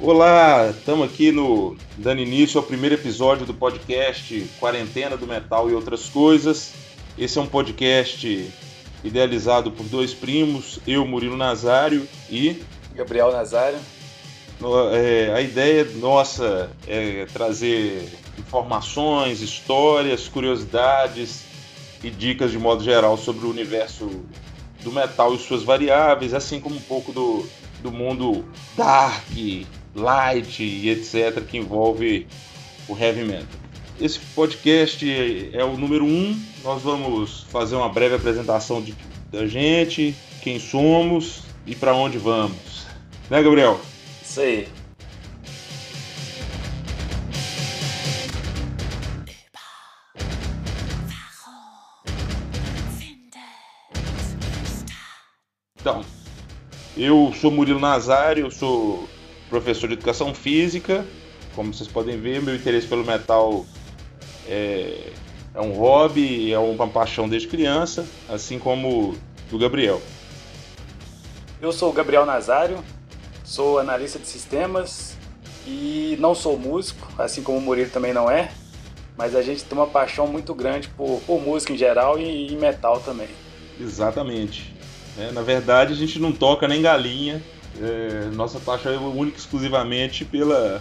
Olá, estamos aqui no dando início ao primeiro episódio do podcast Quarentena do Metal e Outras Coisas. Esse é um podcast idealizado por dois primos, eu, Murilo Nazário e Gabriel Nazário. No- é, a ideia nossa é trazer informações, histórias, curiosidades e dicas de modo geral sobre o universo do metal e suas variáveis, assim como um pouco do, do mundo dark, light e etc. que envolve o heavy metal. Esse podcast é o número um. Nós vamos fazer uma breve apresentação de, da gente, quem somos e para onde vamos. Né, Gabriel? Isso aí. Então, eu sou Murilo Nazário, eu sou professor de educação física. Como vocês podem ver, meu interesse pelo metal é, é um hobby, é uma paixão desde criança, assim como do Gabriel. Eu sou o Gabriel Nazário, sou analista de sistemas e não sou músico, assim como o Murilo também não é, mas a gente tem uma paixão muito grande por, por música em geral e, e metal também. Exatamente. É, na verdade, a gente não toca nem galinha. É, nossa paixão é única e exclusivamente pela,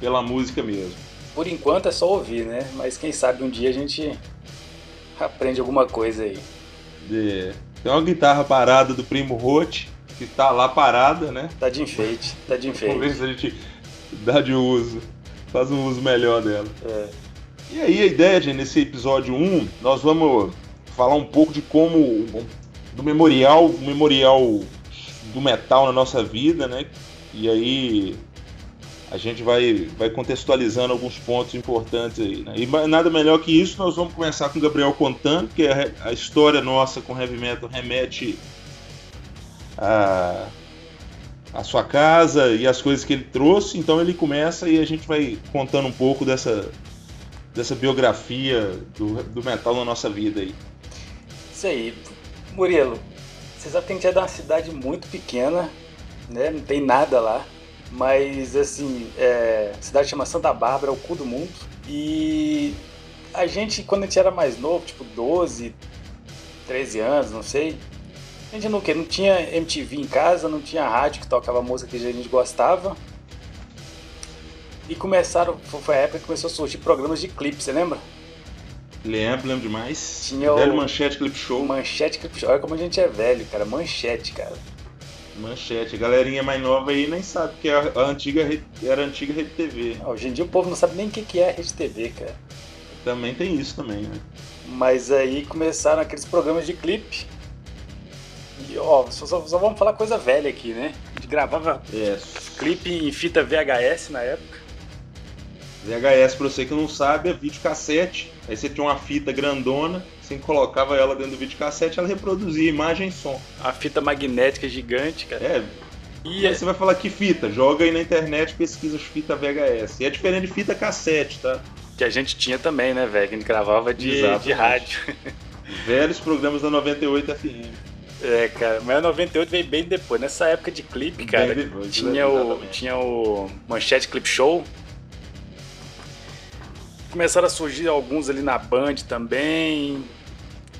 pela música mesmo. Por enquanto é só ouvir, né? Mas quem sabe um dia a gente aprende alguma coisa aí. É, tem uma guitarra parada do primo Roth, que tá lá parada, né? Tá de enfeite, tá de Vamos ver enfeite. se a gente dá de um uso, faz um uso melhor dela. É. E aí a ideia, gente, nesse episódio 1, nós vamos falar um pouco de como do memorial, o memorial do metal na nossa vida, né? E aí a gente vai, vai contextualizando alguns pontos importantes aí, né? E ma- nada melhor que isso, nós vamos começar com o Gabriel contando, que a, re- a história nossa com heavy metal remete a a sua casa e as coisas que ele trouxe, então ele começa e a gente vai contando um pouco dessa, dessa biografia do, do metal na nossa vida aí. Isso aí. Murilo, você sabe que a gente é de uma cidade muito pequena, né? Não tem nada lá. Mas, assim, é... a cidade chama Santa Bárbara, é o cu do mundo. E a gente, quando a gente era mais novo, tipo 12, 13 anos, não sei. A gente não, que- não tinha MTV em casa, não tinha rádio que tocava música que a gente gostava. E começaram, foi a época que começou a surgir programas de clipe, você lembra? Lembro, lembro demais. Tinha o- Velho Manchete Clip Show. Manchete Clip Show. Olha como a gente é velho, cara. Manchete, cara. Manchete. A galerinha mais nova aí nem sabe que é a, a antiga Rede- era a antiga Rede TV. Ah, Hoje em dia o povo não sabe nem o que que é a Rede TV, cara. Também tem isso também, né? Mas aí começaram aqueles programas de clipe. E ó, só, só- só vamos falar coisa velha aqui, né? A gente gravava É. clipe em fita VHS na época. VHS, pra você que não sabe, é videocassete. Aí você tinha uma fita grandona, você colocava ela dentro do videocassete, ela reproduzia imagem e som. A fita magnética gigante, cara. É, E E aí você vai falar que fita? Joga aí na internet, pesquisa as fita VHS. E é diferente de fita cassete, tá? que a gente tinha também, né, velho? Que a gente gravava de, Exatamente. de rádio. Velhos programas da 98 FM. É, cara. Mas a 98 veio bem depois. Nessa época de clipe, cara, Bem depois, né? Tinha o, exatamente. tinha o Manchete Clip Show. Começaram a surgir alguns ali na Band também.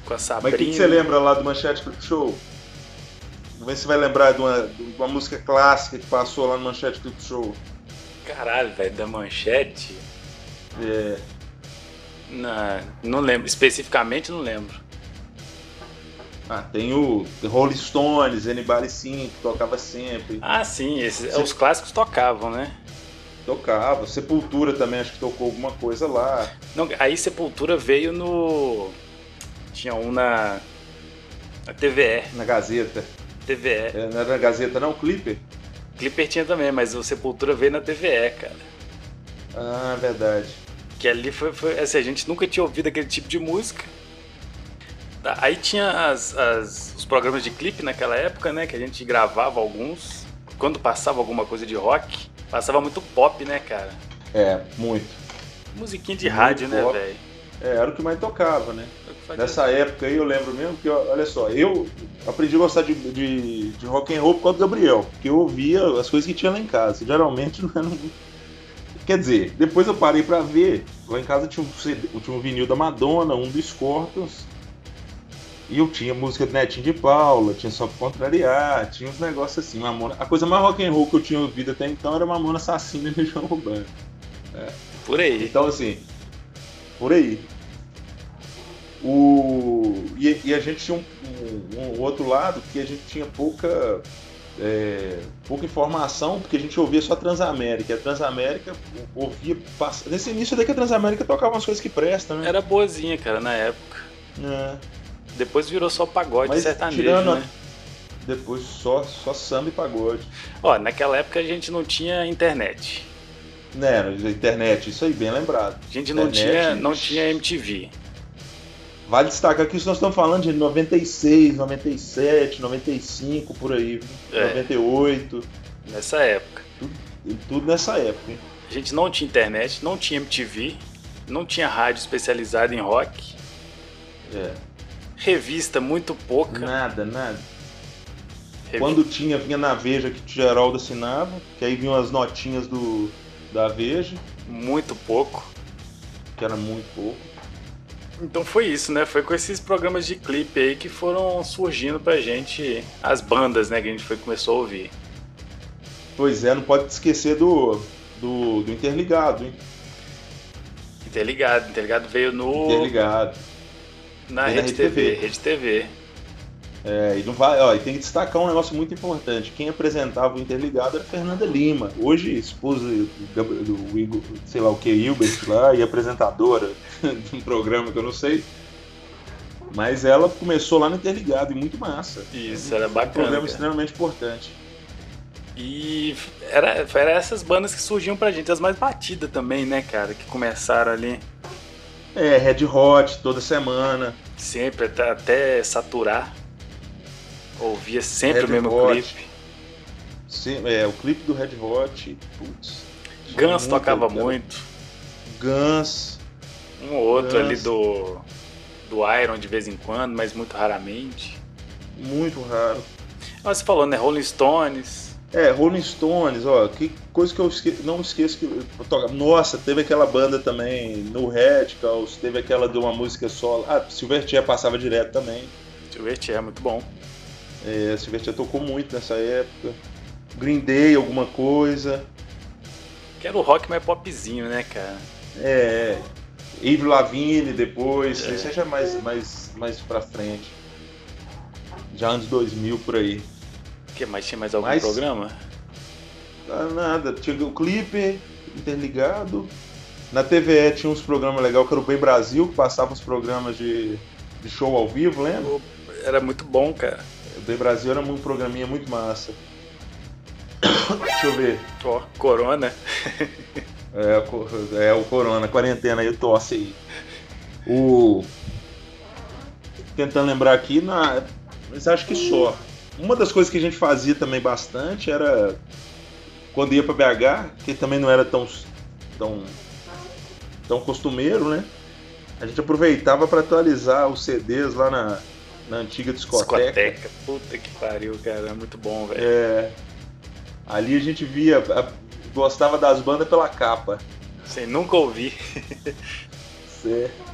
Com a Mas Sabrina. o que, que você lembra lá do Manchete Clip Show? Vamos ver se você vai lembrar de uma, de uma música clássica que passou lá no Manchete Clip Show. Caralho, velho, da Manchete? É, Não, não lembro. Especificamente não lembro. Ah, tem o Rolling Stones, Anybody Sim, que tocava sempre. Ah, sim, esses, Sim. os clássicos tocavam, né? Tocava. Sepultura também, acho que tocou alguma coisa lá. Não, aí Sepultura veio no. Tinha um na. Na TVE. Na Gazeta. TVE. É, não era na Gazeta, não? Clipper? Clipper tinha também, mas o Sepultura veio na TVE, cara. Ah, verdade. Que ali foi, foi assim, a gente nunca tinha ouvido aquele tipo de música. Tá, Aí tinha as- as- os programas de clipe naquela época, né? Que a gente gravava alguns. Quando passava alguma coisa de rock, passava muito pop, né, cara? É, muito. Musiquinha de Muito rádio, né, pop. velho? É, era o que mais tocava, né? Foi o que fazia. Nessa época aí eu lembro mesmo que, ó, olha só, eu aprendi a gostar de, de, de rock and roll por causa do Gabriel, porque eu ouvia as coisas que tinha lá em casa. Geralmente não era. um- Quer dizer, depois eu parei pra ver. Lá em casa tinha um, CD, tinha um vinil da Madonna, um do Scorpions. E eu tinha música do Netinho de Paula, tinha só pra contrariar, tinha uns negócios assim, Mamona. A coisa mais rock and roll que eu tinha ouvido até então era Mamona Assassina e Legião Urbana. Por aí. Então, assim, por aí. O... E, e a gente tinha um, um- um outro lado que a gente tinha pouca, é, pouca informação, porque a gente ouvia só a Transamérica. E a Transamérica ouvia. pass- Nesse início daí que a Transamérica tocava umas coisas que prestam, né? Era boazinha, cara, na época. É. Depois virou só pagode Mas sertanejo, tirando a- né? Depois só, só samba e pagode. Ó, naquela época a gente não tinha internet. Né, a internet, isso aí, bem lembrado. A gente não, Internet, tinha, não gente. tinha MTV. Vale destacar que isso nós estamos falando de 96, 97, 95, por aí, É. 98. Nessa época. E tudo nessa época, hein? A gente não tinha internet, não tinha MTV, não tinha rádio especializada em rock, É. revista muito pouca. Nada, nada. Revi- Né? Quando tinha, vinha na Veja que o Geraldo assinava, que aí vinham as notinhas do da Veja, Muito pouco. que era muito pouco. Então foi isso, né? Foi com esses programas de clipe aí que foram surgindo pra gente as bandas, né? Que a gente foi, começou a ouvir. Pois é, não pode esquecer do, do, do Interligado, hein? Interligado, Interligado veio no Interligado. na veio na Rede RedeTV. TV, Rede TV. É, e, não vai, ó, e tem que destacar um negócio muito importante. Quem apresentava o Interligado era Fernanda Lima. Hoje, esposa do, Gab- do Igor, sei lá o que, Hilbert lá, e apresentadora de um programa que eu não sei. Mas ela começou lá no Interligado, e muito massa. Isso era Um programa bacana. cara. extremamente importante. E era, era essas bandas que surgiam pra gente, as mais batidas também, né, cara? Que começaram ali É, Red Hot, toda semana. sempre até, até saturar. Ouvia sempre Red o mesmo Hot. clipe. Sim, é, o clipe do Red Hot, putz. tinha Guns muito, tocava né? muito. Guns, Um ou outro Guns. ali do do Iron de vez em quando, mas muito raramente. muito raro. Mas você falou, né? Rolling Stones. É, Rolling Stones, ó, que coisa que eu esque- não esqueço que eu tocava. Nossa, teve aquela banda também no Radicals, teve aquela de uma música solo. Ah, Silverchair passava direto também. Silverchair é muito bom. É, Silverchair tocou muito nessa época. Green Day, alguma coisa. Que era o rock mais popzinho, né, cara? É, Yves Lavigne depois, isso aí já é mais, mais, mais pra frente. Já anos 2000 por aí. O que mais? Tinha mais algum Mas- programa? Ah, nada, tinha o clipe interligado. Na TVE tinha uns programas legais, que era o Bem Brasil, que passava uns programas de, de show ao vivo, lembra? Era muito bom, cara. O Bem Brasil era um programinha muito massa. Deixa eu ver. Ó, Corona. É, o co- é o Corona, quarentena aí, tosse aí. O. Tentando lembrar aqui, na... mas acho que só. Uma das coisas que a gente fazia também bastante era. Quando ia pra BH, que também não era tão. tão. tão costumeiro, né? A gente aproveitava pra atualizar os CDs lá na, na antiga discoteca. Discoteca. Puta que pariu, cara. É muito bom, velho. Ali a gente via. a- gostava das bandas pela capa. Sem nunca ouvir. Certo.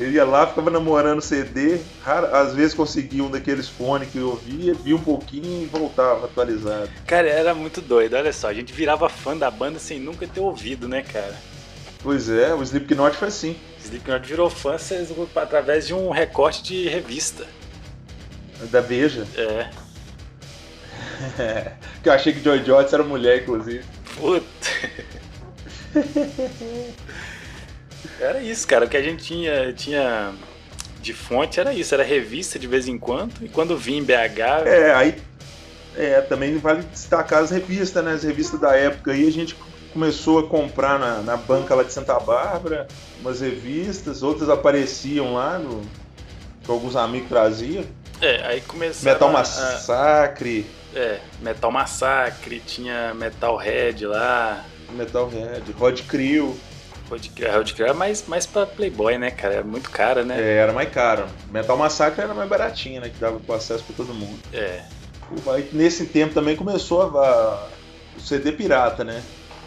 Eu ia lá, ficava namorando CD, rara- às vezes conseguia um daqueles fones que eu ouvia, via um pouquinho e voltava atualizado. Cara, era muito doido. Olha só, a gente virava fã da banda sem nunca ter ouvido, né, cara? Pois é, o Slipknot foi assim. Slipknot virou fã cês- através de um recorte de revista. Da Veja. É. que eu achei que Joy Joyce era mulher, inclusive. Puta. era isso, cara. O que a gente tinha, tinha de fonte era isso. Era revista de vez em quando. E quando vinha em BH, É, aí. É, também vale destacar as revistas, né? As revistas da época aí, a gente começou a comprar na, na banca lá de Santa Bárbara umas revistas, outras apareciam lá no, que alguns amigos traziam. é, aí começou. Metal Massacre. É, Metal Massacre, tinha Metal Head lá, Metalhead, Rod Crew, Roadkill mais, mais pra Playboy, né, cara? Era muito cara, né? É, era mais caro. Metal Massacre era mais baratinho, né? Que dava com acesso pra todo mundo. É. Aí, nesse tempo também começou a- a- o CD pirata, né?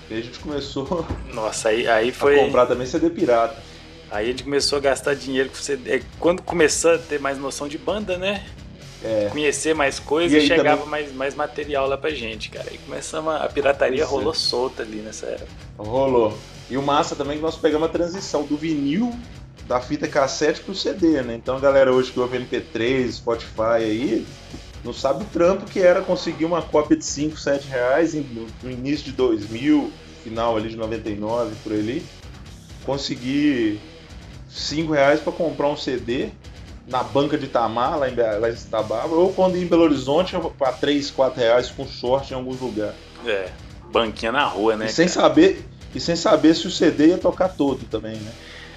E a gente começou Nossa, aí, aí a foi. comprar também CD pirata. Aí a gente começou a gastar dinheiro com CD. É, Quando começou a ter mais noção de banda, né? É. Conhecer mais E coisas, aí chegava também- mais, mais material lá pra gente, cara. Aí começamos a, a pirataria Pois é. rolou solta ali nessa época. Rolou. E o massa também que nós pegamos a transição do vinil da fita cassete pro CD, né? Então a galera hoje que ouve MP3, Spotify aí, não sabe o trampo que era conseguir uma cópia de 5, 7 reais em- no, no início de 2000, final ali de 99, por ali. Conseguir 5 reais para comprar um CD na banca de Itamar, lá em, BH lá em Itababa, ou quando ia em Belo Horizonte, para 3, 4 reais com short em alguns lugares. É. Banquinha na rua, né? E sem cara? saber e sem saber se o CD ia tocar todo também, né?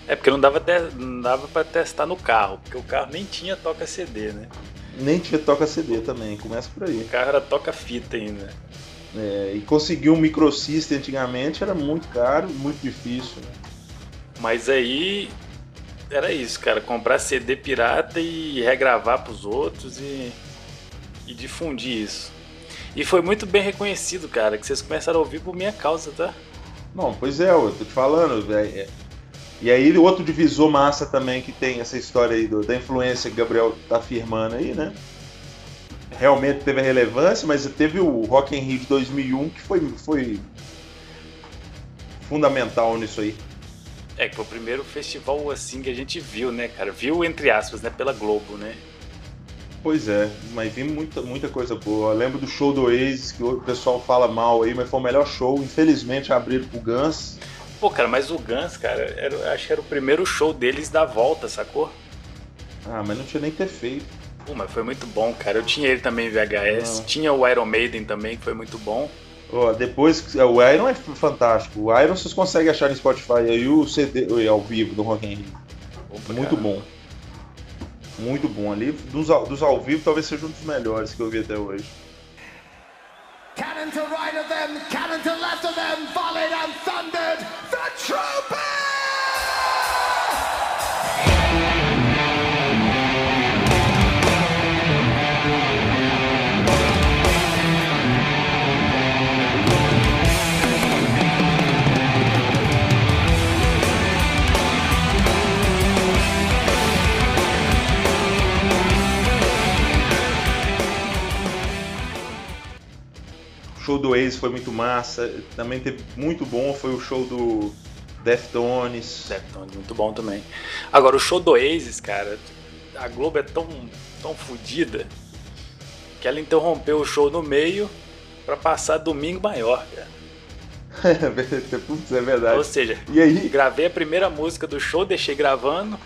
É porque não dava, te- não dava pra testar no carro, porque o carro nem tinha toca CD, né? Nem tinha toca CD também, começa por aí. O carro era toca fita ainda. É, e conseguir um microsystem antigamente era muito caro, muito difícil. né? Mas aí era isso, cara. Comprar CD pirata e regravar pros outros e, e difundir isso. E foi muito bem reconhecido, cara, que vocês começaram a ouvir por minha causa, tá? Não, pois é, eu tô te falando. velho, é. E aí outro divisor massa também que tem essa história aí do- da influência que o Gabriel tá afirmando aí, né? Realmente teve a relevância, mas teve o Rock in Rio de 2001 que foi, foi fundamental nisso aí. É que foi o primeiro festival assim que a gente viu, né, cara? Viu entre aspas, né? Pela Globo, né? Pois é, mas vi muita, muita coisa boa. Eu lembro do show do Oasis, que o pessoal fala mal aí, mas foi o melhor show. Infelizmente abriram pro Guns. Pô, cara, mas o Guns, cara, era- acho que era o primeiro show deles da volta, sacou? Ah, mas não tinha nem que ter feito. Pô, mas foi muito bom, cara. Eu tinha ele também em VHS. Não. Tinha o Iron Maiden também, que foi muito bom. Ó, depois, que- o Iron é fantástico. O Iron vocês conseguem achar no Spotify aí o CD oi, ao vivo do Rock in Rio. Opa, Muito cara. bom. Muito bom ali. Dos, ao- dos ao vivo talvez seja um dos melhores que eu vi até hoje. Cannon to right of them, cannon to left of them, volleyed and thundered, the trumpet! O show do Oasis foi muito massa. Também teve muito bom, foi o show do Deftones. Deftones, muito bom também. Agora, o show do Oasis, cara, a Globo é tão, tão fodida que ela interrompeu o show no meio pra passar domingo maior, cara. Putz, é verdade. Ou seja, E aí, gravei a primeira música do show, deixei gravando,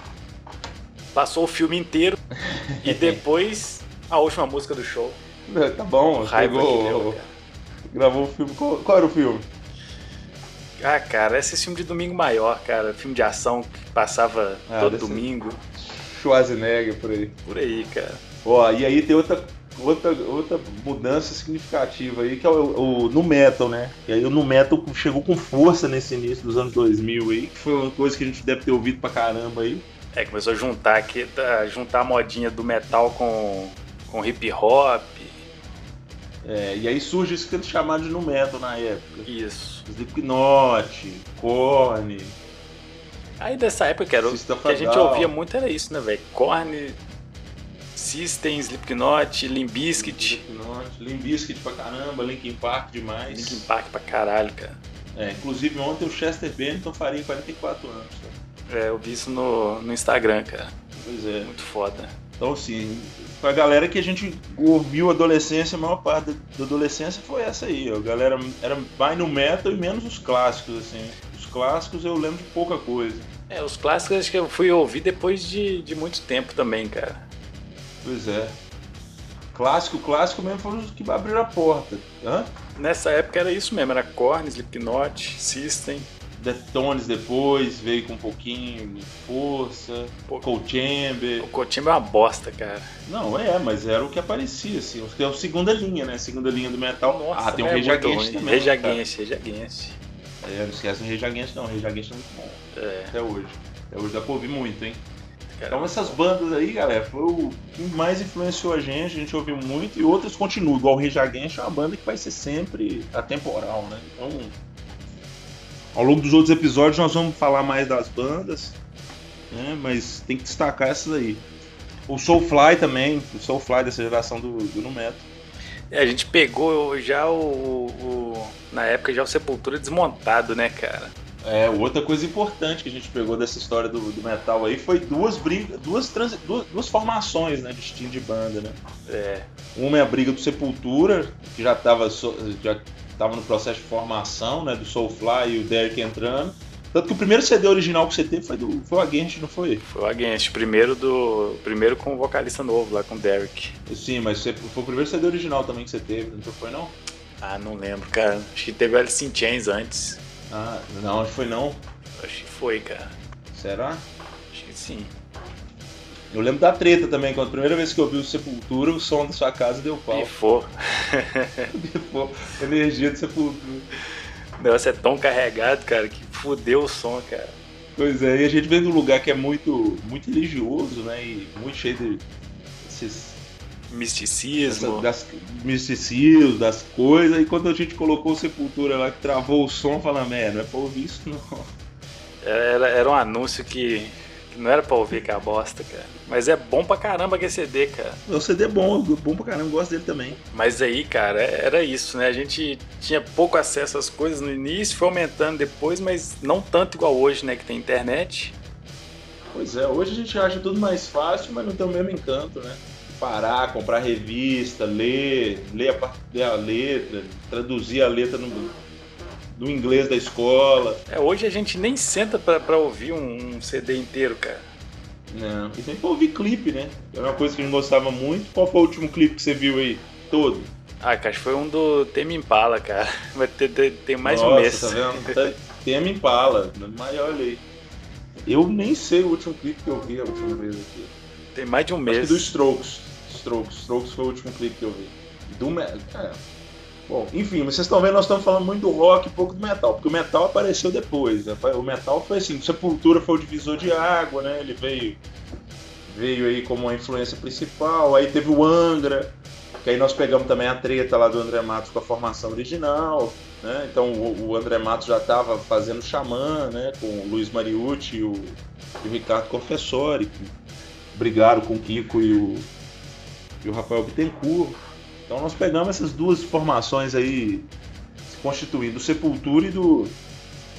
passou o filme inteiro e depois a última música do show. tá bom, Raiva que pegou, deu, cara. gravou o filme. Qual, qual era o filme? Ah, cara, esse filme de domingo maior, cara. Filme de ação que passava Ah, todo desse- domingo. Schwarzenegger, por aí. Por aí, cara. Ó, e aí tem outra, outra, outra mudança significativa aí, que é o, o no metal, né? E aí o no metal chegou com força nesse início dos anos 2000 aí, que foi uma coisa que a gente deve ter ouvido pra caramba aí. É, começou a juntar aqui, tá, juntar a modinha do metal com, com hip hop. É, e aí surge isso que eles chamaram de no metal na época. Isso. Slipknot, Korn, Aí dessa época, cara, o System que a gente Fatal. ouvia muito era isso, né, velho? Korn, System, Slipknot, Limbiskit, Slipknot, Limp Bizkit pra caramba, Linkin Park demais. Linkin Park pra caralho, cara. É, inclusive ontem o Chester Bennington faria 44 anos. tá? É, eu vi isso no, no Instagram, cara. Pois é. Muito foda. Então assim, pra galera que a gente ouviu adolescência, a maior parte da- da adolescência foi essa aí, ó. A galera era mais no metal e menos os clássicos, assim. Os clássicos eu lembro de pouca coisa. É, os clássicos acho que eu fui ouvir depois de, de muito tempo também, cara. Pois é. Clássico, clássico mesmo foram os que abriram a porta. Hã? Nessa época era isso mesmo, era Korn, Slipknot, System. Deftones depois, veio com um pouquinho de força, Pô, Cold Chamber. O Cotimba é uma bosta, cara. Não, é, mas era o que aparecia, assim. É a segunda linha, né? Segunda linha do metal. Nossa, ah, tem um é Rage muito Against ruim. também. né, Rage cara. Against, Rage Against. É, não esquece do Rejaguense, não. Rejaguense é muito bom. É, Até hoje. Até hoje dá pra ouvir muito, hein? cara, Então essas bandas aí, galera, foi o que mais influenciou a gente, a gente ouviu muito, e outras continuam, igual o Rejaguense é uma banda que vai ser sempre atemporal, né? Então, ao longo dos outros episódios nós vamos falar mais das bandas, né? Mas tem que destacar essas aí. O Soulfly também, o Soulfly dessa geração do, do Nu Metal. É, a gente pegou já o, o- Na época já o Sepultura desmontado, né, cara? É, outra coisa importante que a gente pegou dessa história do, do metal aí foi duas brigas, duas, transi- duas, duas formações, né, de estilo de banda, né? É. Uma é a briga do Sepultura, que já estava já tava no processo de formação, né? Do Soulfly e o Derek entrando. Tanto que o primeiro CD original que você teve foi, do, foi o Against, não foi? Foi o Against, primeiro do. Primeiro com o vocalista novo lá com o Derek. Sim, mas você- foi o primeiro CD original também que você teve, não foi não? Ah, não lembro, cara. Acho que teve o Alice in Chains antes. Ah, não, acho que foi não. Acho que foi, cara. Será? Acho que sim. Eu lembro da treta também, quando a primeira vez que eu ouvi o Sepultura, o som da sua casa deu pau. Bifou. Pô, Energia do Sepultura. O negócio é tão carregado, cara, que fudeu o som, cara. Pois é, e a gente vem de um lugar que é muito, muito religioso, né? E muito cheio de esses Misticismo. Essa- das misticismos, das coisas, e quando a gente colocou o Sepultura lá que travou o som, falando, é, não é pra ouvir isso não. Era, era um anúncio que, que não era pra ouvir que é a bosta, cara. Mas é bom pra caramba aquele CD, cara. É um CD bom, bom pra caramba, eu gosto dele também. Mas aí, cara, é- era isso, né? A gente tinha pouco acesso às coisas no início, foi aumentando depois, mas não tanto igual hoje, né? Que tem internet. Pois é, hoje a gente acha tudo mais fácil, mas não tem o mesmo encanto, né? Parar, comprar revista, ler, ler a, par- ler a letra, traduzir a letra no, no inglês da escola. É, hoje a gente nem senta pra, pra ouvir um, um CD inteiro, cara. Não. É. E tem pra ouvir clipe, né? É uma coisa que a gente gostava muito. Qual foi o último clipe que você viu aí? Todo? Ah, cara, acho que foi um do Temi Impala, cara. Vai ter, ter- tem mais de um Nossa, mês. Tá vendo? Tá- Tema Impala, mas olha aí. Eu nem sei o último clipe que eu vi a última vez aqui. Tem mais de um Acho que do mês. Strokes. Strokes. Strokes foi o último clipe que eu vi. Do me- é. Bom, enfim, mas vocês estão vendo, nós estamos falando muito do rock e pouco do metal, porque o metal apareceu depois. né? O metal foi assim, Sepultura foi o divisor de água, né? Ele veio, veio aí como a influência principal, aí teve o Angra, que aí nós pegamos também a treta lá do André Matos com a formação original, né? Então o, o André Matos já estava fazendo Xamã, né? Com o Luiz Mariucci e o, e o Ricardo Confessori, que brigaram com o Kiko e o, e o Rafael Bittencourt. Então nós pegamos essas duas formações aí se constituindo, do Sepultura e do,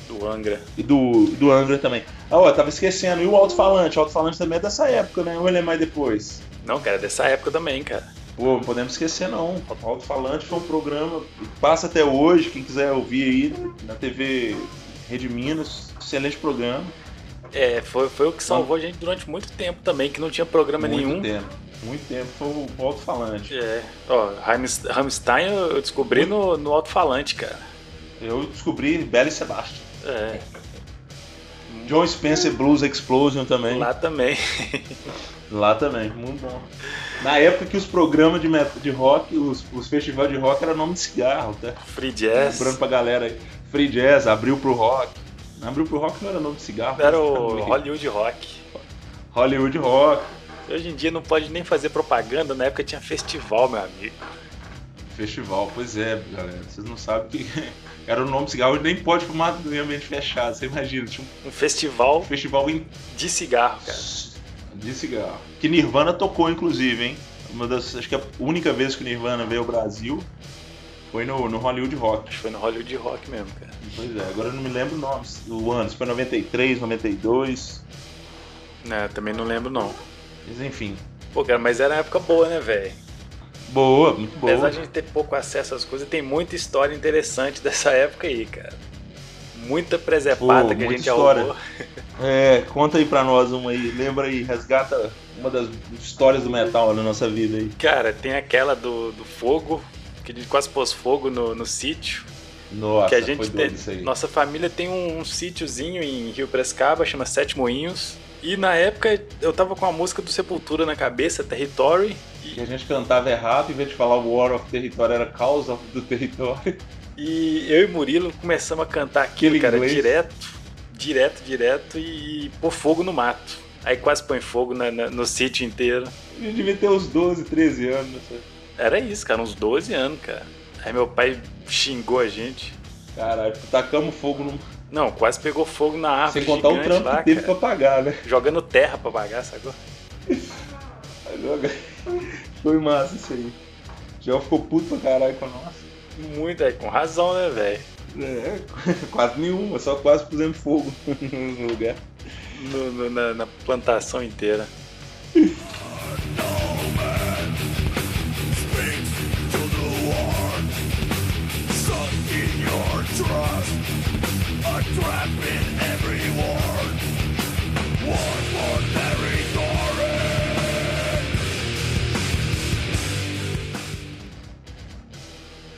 Do Angra. e do, e do Angra também. Ah, ó, tava esquecendo, e o alto-falante? O alto-falante também é dessa época, né? Ou ele é mais depois? Não, cara, é dessa época também, cara. Pô, não podemos esquecer não. O Alto-Falante foi um programa que passa até hoje, quem quiser ouvir aí, na TV Rede Minas, excelente programa. É, foi, foi o que salvou a gente durante muito tempo também, que não tinha programa muito nenhum. tempo. Muito tempo foi o Alto-Falante. É, ó, Ramis- Rammstein eu eu descobri no, no alto-falante, cara. Eu descobri Bela e Sebastian. É, John Spencer Blues Explosion também. Lá, lá também. também, muito bom. Na época que os programas de, met- de rock, os, os festivais de rock era nome de cigarro, tá? Free Jazz. Lembrando pra galera aí. Free Jazz, abriu pro rock. Abriu pro rock não era nome de cigarro. Era o Hollywood Rock. Hollywood Rock. Hoje em dia não pode nem fazer propaganda, na época tinha festival, meu amigo. Festival, pois é, galera. Vocês não sabem que era o nome de cigarro. Hoje nem pode fumar em ambiente fechado, você imagina. Tinha Um um festival festival em de cigarro, cara. De cigarro. Que Nirvana tocou, inclusive, hein? Uma das, acho que é a única vez que o Nirvana veio ao Brasil foi no, no Hollywood Rock. Acho que foi no Hollywood Rock mesmo, cara. Pois é, agora eu não me lembro o nome, o ano. Se foi 93, 92. Não, também não lembro não. Mas enfim. Pô, cara, mas era uma época boa, né, velho? Boa, muito boa. Apesar de a gente ter pouco acesso às coisas, tem muita história interessante dessa época aí, cara. Muita presepada Pô, que a muita gente história. arrumou. É, conta aí pra nós uma aí. Lembra aí, resgata uma das histórias do metal na nossa vida aí. Cara, tem aquela do, do fogo, que a gente quase pôs fogo no, no sítio. Nossa, que a gente foi doido tem- isso aí. Nossa família tem um, um sítiozinho em Rio Prescaba, chama Sete Moinhos. E na época eu tava com a música do Sepultura na cabeça, Territory. Que a gente cantava errado, em vez de falar War of Territory, era Cause of do Território. E eu e Murilo começamos a cantar aquilo, Aquele cara, inglês. direto, direto, direto e, e pôr fogo no mato. Aí quase põe fogo na- na- no sítio inteiro. A gente devia ter uns 12, 13 anos. né? não sei. Era isso, cara, uns 12 anos, cara. Aí meu pai xingou a gente. Caralho, tacamos fogo no. Não, quase pegou fogo na árvore. Sem contar o Ah, gigante trampo lá, que teve cara. pra pagar, né? Jogando terra pra pagar, sacou? Agora- Foi massa isso aí. Já ficou puto pra caralho com nós. Muito aí, com razão, né, velho? É, quase nenhuma, só quase pusemos fogo no lugar. No- no- na, na plantação inteira.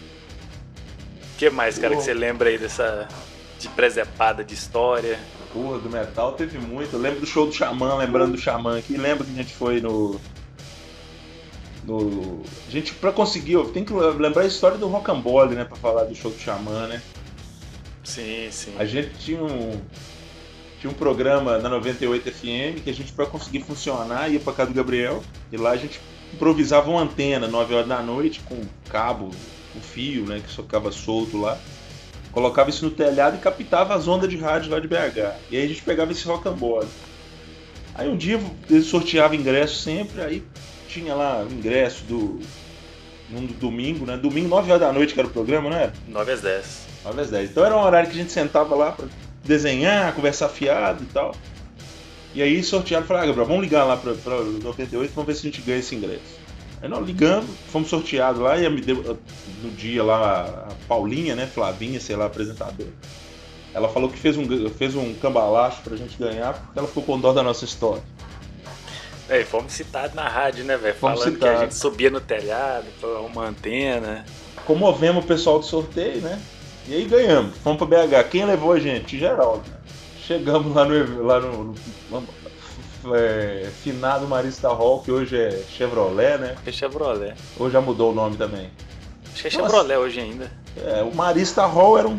O que mais, cara, que você lembra aí dessa de presepada de história? Porra, do metal teve muito. Eu lembro do show do Xamã, lembrando do Xamã aqui. Lembra que a gente foi no. No. A gente, pra conseguir, eu tenho que lembrar a história do Rocambole, né? Pra falar do show do Xamã, né? Sim, sim. A gente tinha um. Tinha um programa na 98 FM que a gente, pra conseguir funcionar, ia pra casa do Gabriel. E lá a gente improvisava uma antena, 9 horas da noite, com cabo, um fio, né? Que só ficava solto lá. Colocava isso no telhado e captava as ondas de rádio lá de BH. E aí a gente pegava esse rocambole. Aí um dia eles sorteavam ingresso sempre, aí tinha lá o ingresso do. Num domingo, né? Domingo, 9 horas da noite, que era o programa, né? 9 às 10. 9 às 10. Então era um horário que a gente sentava lá pra desenhar, conversar fiado e tal. E aí sortearam e falaram, ah, Gabriel, vamos ligar lá pra, pra 98, vamos ver se a gente ganha esse ingresso. Aí nós ligamos, fomos sorteados lá e a- me deu- no dia lá a Paulinha, né, Flavinha, sei lá, apresentadora. Ela falou que fez um, gan- fez um cambalacho pra gente ganhar porque ela ficou com dó da nossa história. É, e fomos citados na rádio, né, velho? Fomos Falando que a citados. gente subia no telhado, uma antena. comovemos o pessoal do sorteio, né? E aí ganhamos. Fomos pra BH. Quem levou a gente? Geraldo. Chegamos lá no, ev- lá no, no, no- é, finado Marista Hall, que hoje é Chevrolet, né? Acho que é Chevrolet. Ou já mudou o nome também. Acho que é Nossa. Chevrolet hoje ainda. É, o Marista Hall era um,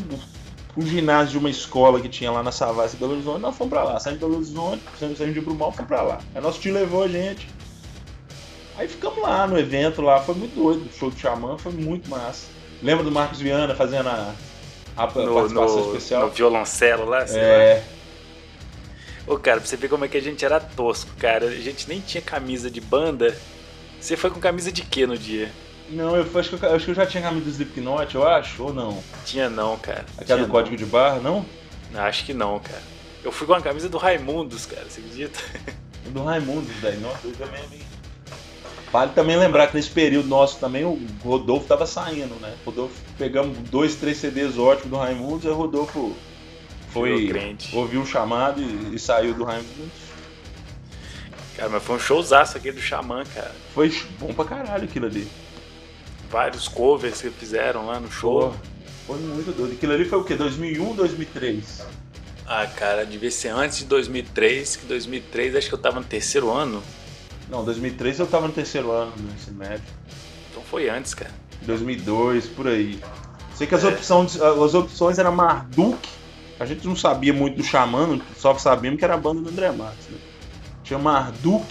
um ginásio de uma escola que tinha lá na Savassi Belo Horizonte. Nós fomos pra lá. Saímos de Belo Horizonte, saímos saímos de Brumal, fomos pra lá. Aí nosso tio levou a gente. Aí ficamos lá no evento lá, foi muito doido. O show do Xamã foi muito massa. Lembra do Marcos Viana fazendo a, a No, participação no- especial? no violoncelo lá, sei lá. é, Ô, cara, pra você ver como é que a gente era tosco, cara. A gente nem tinha camisa de banda. Você foi com camisa de quê no dia? não, eu acho, que eu, acho que eu já tinha camisa do Slipknot, eu acho, ou não? Tinha não, cara. Aquela Tinha do código de barra, não? não. Não, acho que não, cara. Eu fui com a camisa do Raimundos, cara, você acredita? Do Raimundo, daí, nossa, eu também vi. Vale também lembrar que nesse período nosso também o Rodolfo tava saindo, né? Rodolfo, pegamos dois, três CDs ótimos do Raimundo, e o Rodolfo Virou foi crente. ouviu o chamado e, e saiu do Raimundo. Cara, mas foi um showzaço aquele do Xamã, cara. Foi bom pra caralho aquilo ali. Vários covers que fizeram lá no show. Foi muito doido. Aquilo ali foi o quê? 2001, 2003? Ah, cara, devia ser antes de 2003, que 2003 acho que eu tava no terceiro ano. Não, 2003 eu tava no terceiro ano do ensino médio. Então foi antes, cara. 2002, por aí. Sei que as, É. opções, as opções eram Marduk, a gente não sabia muito do Xamã, só sabíamos que era a banda do André Matos. Né? Tinha Marduk,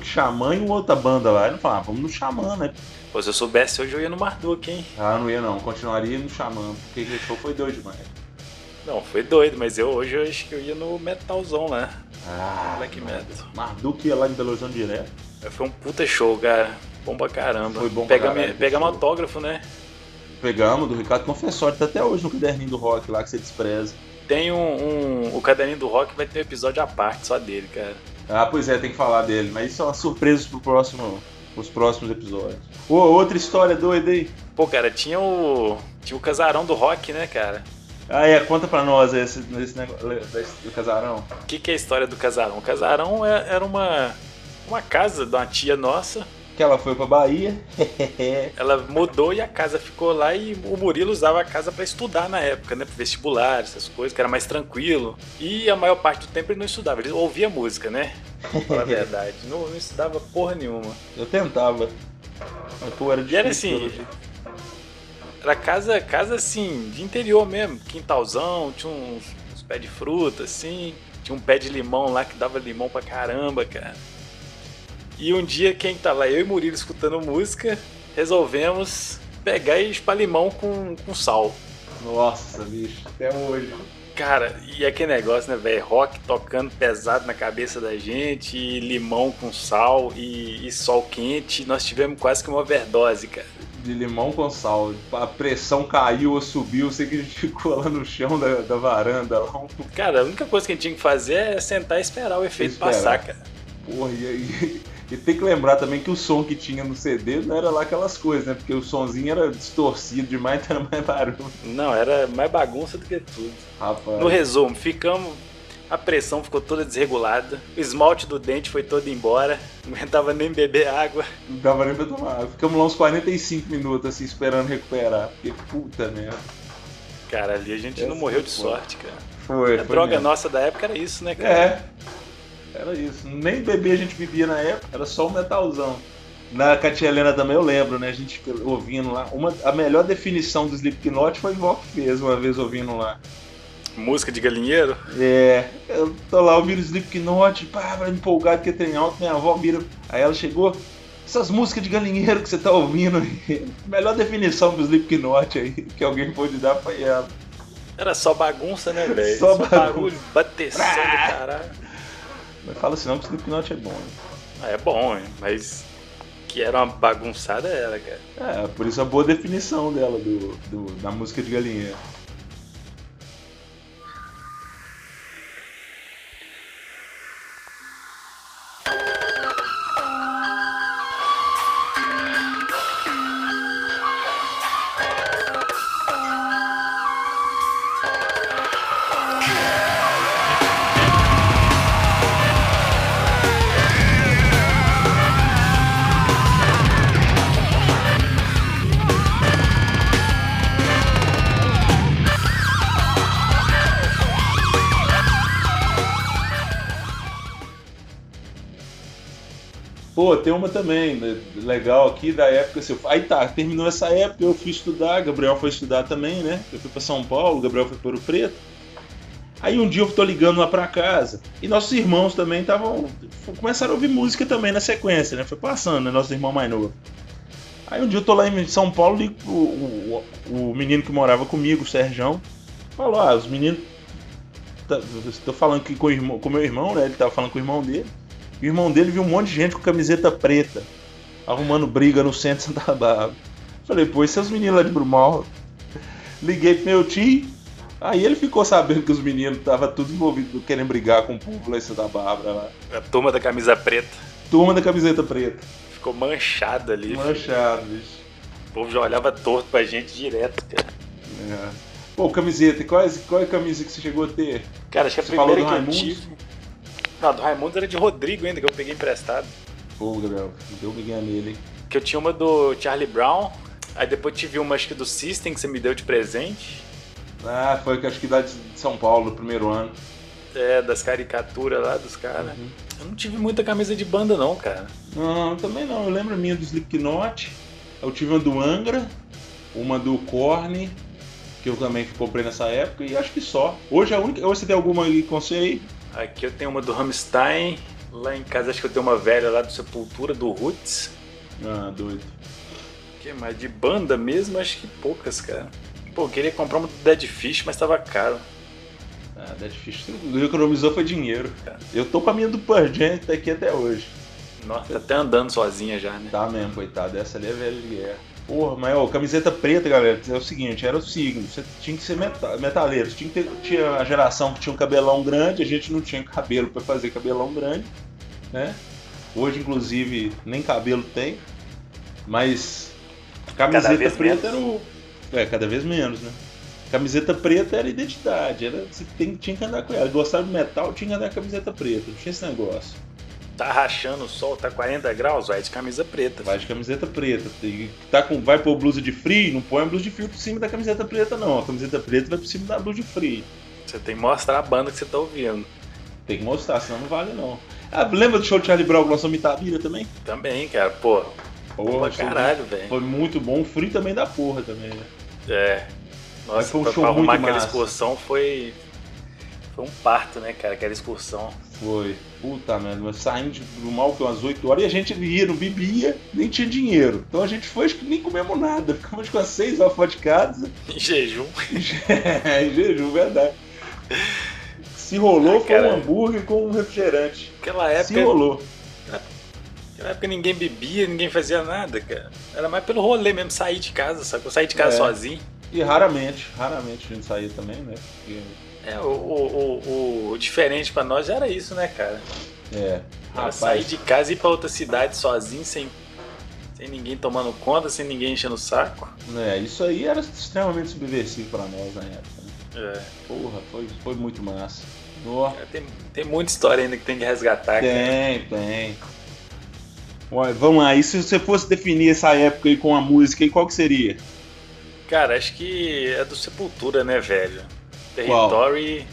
o Xamã e uma outra banda lá. Eu não falava, "Ah, vamos no Xamã, né? Pô, se eu soubesse hoje eu ia no Marduk, hein? Ah, não ia não, continuaria no Xamã, porque aquele show foi doido demais. Não, foi doido, mas eu hoje eu acho que eu ia no metalzão, né? Ah, Black metal. Marduk ia lá em Belo Horizonte direto. Mas Foi um puta show, cara. Bom pra caramba. Foi bom pra Pega caralho, pega show. autógrafo, né? Pegamos do Ricardo Confessori, tá até hoje no caderninho do rock lá que você despreza. Tem um, um- O caderninho do rock vai ter um episódio à parte só dele, cara. Ah, pois é, tem que falar dele, mas isso é uma surpresa pro próximo, pros próximos episódios. Ô, outra história doida aí. Pô, cara, tinha o. Tinha o casarão do rock, né, cara? Ah, é, conta pra nós esse, esse negócio do casarão. O que, que é a história do casarão? O casarão é- era uma. Uma casa de uma tia nossa. Que ela foi pra Bahia. Ela mudou e a casa ficou lá e o Murilo usava a casa pra estudar na época, né? Pro vestibular, essas coisas, que era mais tranquilo. E a maior parte do tempo ele não estudava, ele ouvia música, né? Pra falar a verdade. Não, não estudava porra nenhuma. Eu tentava. Mas, pô, era E difícil. era assim, pelo jeito. Era casa, casa assim, de interior mesmo, quintalzão, tinha uns, uns pés de fruta, assim, tinha um pé de limão lá que dava limão pra caramba, cara. E um dia quem tá lá, eu e Murilo escutando música, resolvemos pegar e chupar limão com, com sal. Nossa, bicho, até hoje. Cara, e aquele negócio, né, velho? Rock tocando pesado na cabeça da gente, e limão com sal e, e sol quente. Nós tivemos quase que uma overdose, cara. De limão com sal. A pressão caiu ou subiu, sei que a gente ficou lá no chão da, da varanda. Lá um... Cara, a única coisa que a gente tinha que fazer é sentar e esperar o efeito Esperar. passar, cara. Porra, e aí. E tem que lembrar também que o som que tinha no CD não era lá aquelas coisas, né? Porque o sonzinho era distorcido demais, então era mais barulho. Não, era mais bagunça do que tudo. Rapaz. No resumo, ficamos. A pressão ficou toda desregulada, o esmalte do dente foi todo embora, não aguentava nem beber água. Não dava nem pra tomar. Ficamos lá uns 45 minutos, assim, esperando recuperar. Porque puta merda. Cara, ali a gente não Essa morreu de foi. sorte, cara. Foi, A foi É droga mesmo. nossa da época era isso, né, cara? É. Era isso. Nem bebê a gente bebia na época, era só um metalzão. Na Katia Helena também eu lembro, né? A gente ouvindo lá. Uma, a melhor definição do Slipknot foi o Ivó que fez uma vez ouvindo lá. Música de galinheiro? É, eu tô lá ouvindo Slipknot, pá, vai empolgado que tem alto, minha avó vira. Aí ela chegou, essas músicas de galinheiro que você tá ouvindo aí. Melhor definição do Slipknot aí que alguém pôde dar foi ela. Era só bagunça, né, velho? Só Ah. barulho, bateção do caralho. Mas fala assim não que Slipknot é bom. né? Ah, é bom, hein? mas que era uma bagunçada era, cara. É, por isso a boa definição dela do, do- da música de galinheiro. Pô, tem uma também né, legal aqui da época. Assim, aí tá, terminou essa época, eu fui estudar, Gabriel foi estudar também, né? Eu fui pra São Paulo, Gabriel foi para o Preto. Aí um dia eu tô ligando lá pra casa e nossos irmãos também estavam. começaram a ouvir música também na sequência, né? Foi passando, né? Nosso irmão mais novo. Aí um dia eu tô lá em São Paulo e o, o, o menino que morava comigo, o Serjão, falou: Ah, os meninos. Tá, tô falando aqui com o irmão- com o meu irmão, né? Ele tava falando com o irmão dele. E o irmão dele viu um monte de gente com camiseta preta, arrumando briga no centro de Santa Bárbara. Falei, pô, e seus meninos lá de Brumal? Liguei pro meu tio, aí ele ficou sabendo que os meninos estavam tudo envolvidos querendo brigar com o povo lá em Santa Bárbara. Lá. A turma da camisa preta Turma da camiseta preta. ficou manchada ali. Manchado, bicho. O povo já olhava torto pra gente direto, cara. É. Pô, camiseta, e quais, qual é a camisa que você chegou a ter? Cara, acho que a Você primeira que falou eu do tive. Não, a do Raimundo era de Rodrigo ainda, que eu peguei emprestado. Pô, Gabriel, deu migué nele, hein? Que eu tinha uma do Charlie Brown. Aí depois tive uma, acho que do System, que você me deu de presente. Ah, foi que acho que da de São Paulo, no primeiro ano. É, das caricaturas lá dos caras. Uhum. Eu não tive muita camisa de banda, não, cara. Não, eu também não. Eu lembro a minha do Slipknot. Eu tive uma do Angra, uma do Korn, que eu também comprei nessa época, e acho que só. Hoje é a única. Hoje você tem alguma aí com você aí? Aqui eu tenho uma do Rammstein. Lá em casa acho que eu tenho uma velha lá do Sepultura, do Roots. Ah, doido. Que mais? De banda mesmo, acho que poucas, cara. Pô, eu queria comprar uma do Dead Fish, mas tava caro. Ah, Dead Fish. O que economizou foi dinheiro. Cara. Eu tô com a minha do Pearl Jam, tá aqui até hoje. Nossa, tá até andando sozinha já, né? Tá mesmo, coitado. Essa ali é velha de guerra. Porra, mas ó, camiseta preta, galera, é o seguinte, era o signo. Você tinha que ser meta metaleiro. Você Tinha, que ter, tinha a geração que tinha um cabelão grande, a gente não tinha cabelo pra fazer cabelão grande, né? Hoje, inclusive, nem cabelo tem. Mas camiseta Cada vez preta era o. É, cada vez menos, né? Camiseta preta era identidade, era, você tem- tinha que andar com ela. Gostava de metal, tinha que andar com camiseta preta. Não tinha esse negócio. Tá rachando o sol, tá 40 graus, vai de camisa preta. Vai de camiseta preta. Tem- Tá com, vai pôr blusa de frio, não põe a blusa de frio por cima da camiseta preta, não. A camiseta preta vai por cima da blusa de frio. Você tem que mostrar a banda que você tá ouvindo. Tem que mostrar, senão não vale, não. Ah, lembra do show de Charlie Brown que lançou em Itabira também? Também, cara, pô. Porra, Pô, show caralho, velho. Foi muito bom. O frio também da porra também, né? É. Nossa, foi um pra, show pra arrumar muito aquela massa. excursão foi. Foi um parto, né, cara? Aquela excursão. Foi. Puta merda, nós saímos do mal que umas 8 horas e a gente ia, não bebia, nem tinha dinheiro. Então a gente foi, acho que nem comemos nada. Ficamos com as 6 horas fora de casa. Em jejum. É, em jejum, verdade. Se rolou, Ai, foi um caralho. hambúrguer com um refrigerante. Aquela Se época, É rolou. aquela época ninguém bebia, ninguém fazia nada, cara. Era mais pelo rolê mesmo, sair de casa, sacou? Sair de casa É. sozinho. E raramente, raramente a gente saía também, né? Porque, É, o, o, o, o diferente pra nós era isso, né, cara? é. Era Rapaz, sair de casa e ir pra outra cidade sozinho, sem, sem ninguém tomando conta, sem ninguém enchendo o saco. né, isso aí era extremamente subversivo pra nós na época. Né? É. Porra, foi, foi muito massa. Nó. Cara, Tem, tem muita história ainda que tem que resgatar, cara. Tem, tem. Ué, vamos lá, e se você fosse definir essa época aí com a música, aí, qual que seria? Cara, acho que é do Sepultura, né, velho? Qual? Territory.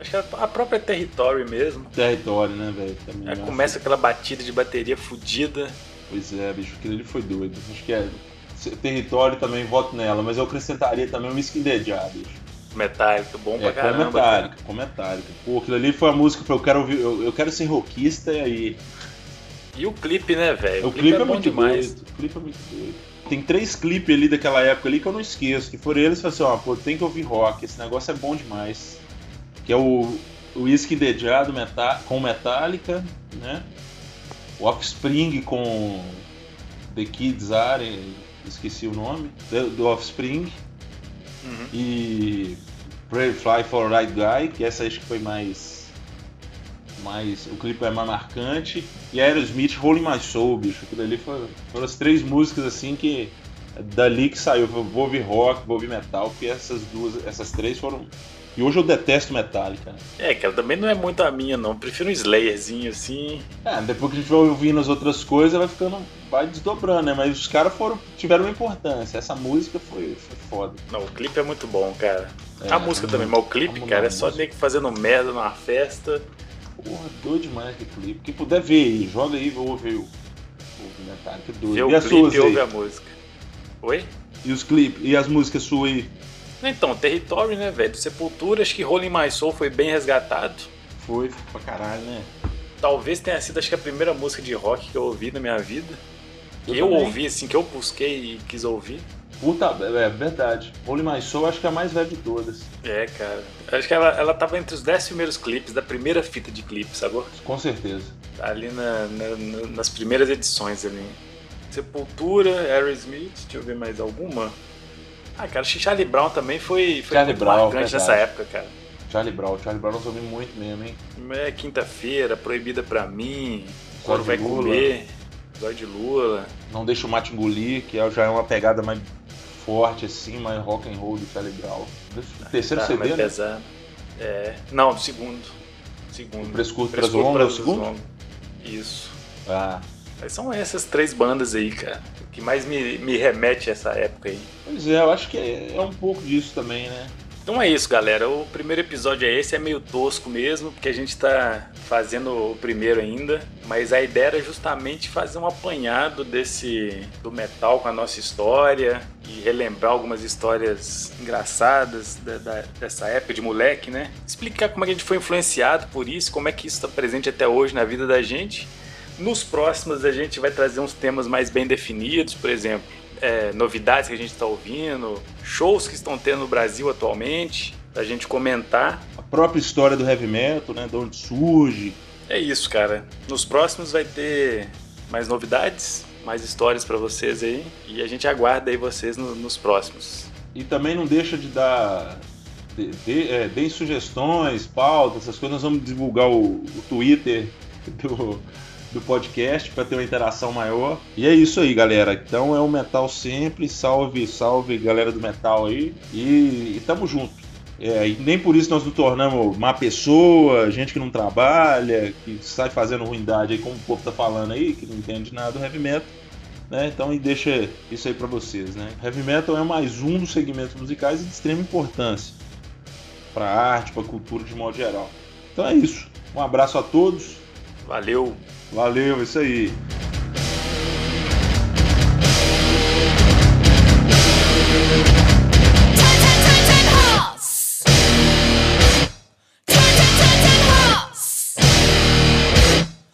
Acho que é a a própria Territory mesmo. Território, né, velho? Também Aí acho. É, começa aquela batida de bateria fodida. Pois é, bicho, aquilo ali foi doido. Acho que é. se- Território também, voto nela, mas eu acrescentaria também o Whisky Dead, já, bicho. Metálica, bom É, pra com caramba. Metallica, com Metallica. Pô, aquilo ali foi a música que eu quero ouvir, eu, eu quero ser rockista e cara. E o clipe, né, velho? o, clipe é, bom muito doido. O clipe é muito doido. Tem três clipes ali daquela época ali que eu não esqueço, que foram eles que falaram assim, ó, pô, tem que ouvir rock, esse negócio é bom demais. Que é o o Whisky Dedeado meta com Metallica, né? O Offspring com The Kids Are, esqueci o nome, do, do Offspring. Uhum. E Pray Fly for a Right Guy, que essa acho que foi mais. mais o clipe é mais marcante. E Aerosmith Rolling My Soul, bicho. Aquilo ali foi, foram as três músicas assim que. Dali que saiu, Eu vou ouvir rock, vou ouvir metal, porque essas duas, essas três foram. E hoje eu detesto Metallica. né? É, cara, também não é muito a minha, não. Prefiro um Slayerzinho assim. É, depois que a gente vai ouvindo as outras coisas, vai ficando. vai desdobrando, né? Mas os caras foram, tiveram uma importância. Essa música foi, foi foda. Não, o clipe é muito bom, cara. É, a música também, mas o clipe, vamos cara, lá, é só música. nego fazendo merda numa festa. Porra, doido demais aquele clipe. Quem puder ver aí, joga aí, vou ouvir o o Metallica doido. Vê E o as suas clipe e ouve aí? a música. Oi? E os clipes? E as músicas suas aí? Então, território, né, velho? Sepultura, acho que Rolling My Soul foi bem resgatado. Foi pra caralho, né? Talvez tenha sido, acho que a primeira música de rock que eu ouvi na minha vida. Eu Que eu, também. ouvi, assim, que eu busquei e quis ouvir. Puta, é verdade. Holy My Soul acho que é a mais velha de todas. É, cara. Acho que ela, ela tava entre os 10 primeiros clipes, da primeira fita de clipe, sacou? Com certeza. Ali na- na- na- nas primeiras edições ali. Sepultura, Aerosmith, deixa eu ver mais alguma. Ah, cara, acho que Charlie Brown também foi, foi Charlie muito Brown, marcante verdade. nessa época, cara. Charlie Brown, Charlie Brown nós ouvimos muito mesmo, hein? É quinta-feira, proibida pra mim. Zóio Quando de vai Lula. comer. Zóio de Lula. Não deixa o Mate engolir, que é- já é uma pegada mais forte assim, mais rock and roll do Charlie Brown. Desse- Terceiro Tá, mas CD, né? pesado. É. Não, do segundo. Segundo. Frescura Frescura Translonga é o Translonga. Isso. Ah, Mas são essas três bandas aí, cara. Que mais me, me remete a essa época aí. pois é, eu acho que é, é um pouco disso também, né? Então é isso, galera. O primeiro episódio é esse, é meio tosco mesmo, porque a gente tá fazendo o primeiro ainda, mas a ideia era justamente fazer um apanhado desse do metal com a nossa história e relembrar algumas histórias engraçadas da- da- dessa época de moleque, né? Explicar como é que a gente foi influenciado por isso, como é que isso está presente até hoje na vida da gente. Nos próximos a gente vai trazer uns temas mais bem definidos, por exemplo é, novidades que a gente está ouvindo, shows que estão tendo no Brasil atualmente, pra gente comentar. A própria história do heavy metal, né? De onde surge, É isso, cara. Nos próximos vai ter mais novidades, mais histórias pra vocês aí. E a gente aguarda aí vocês no- nos próximos. E também não deixa de dar. De, de- é, deem sugestões, pautas, essas coisas. Nós vamos divulgar o, o Twitter do, do podcast para ter uma interação maior. E é isso aí, galera. Então é o Metal sempre. Salve, salve, galera do Metal aí. E, e tamo junto. É, e nem por isso nós nos tornamos má pessoa, gente que não trabalha, que sai fazendo ruindade aí, como o povo tá falando aí, que não entende nada do heavy metal né? Então e deixa isso aí pra vocês, né? Heavy metal é mais um dos segmentos musicais de extrema importância pra arte, pra cultura de modo geral. Então é isso. Um abraço a todos. Valeu! Valeu, é isso aí.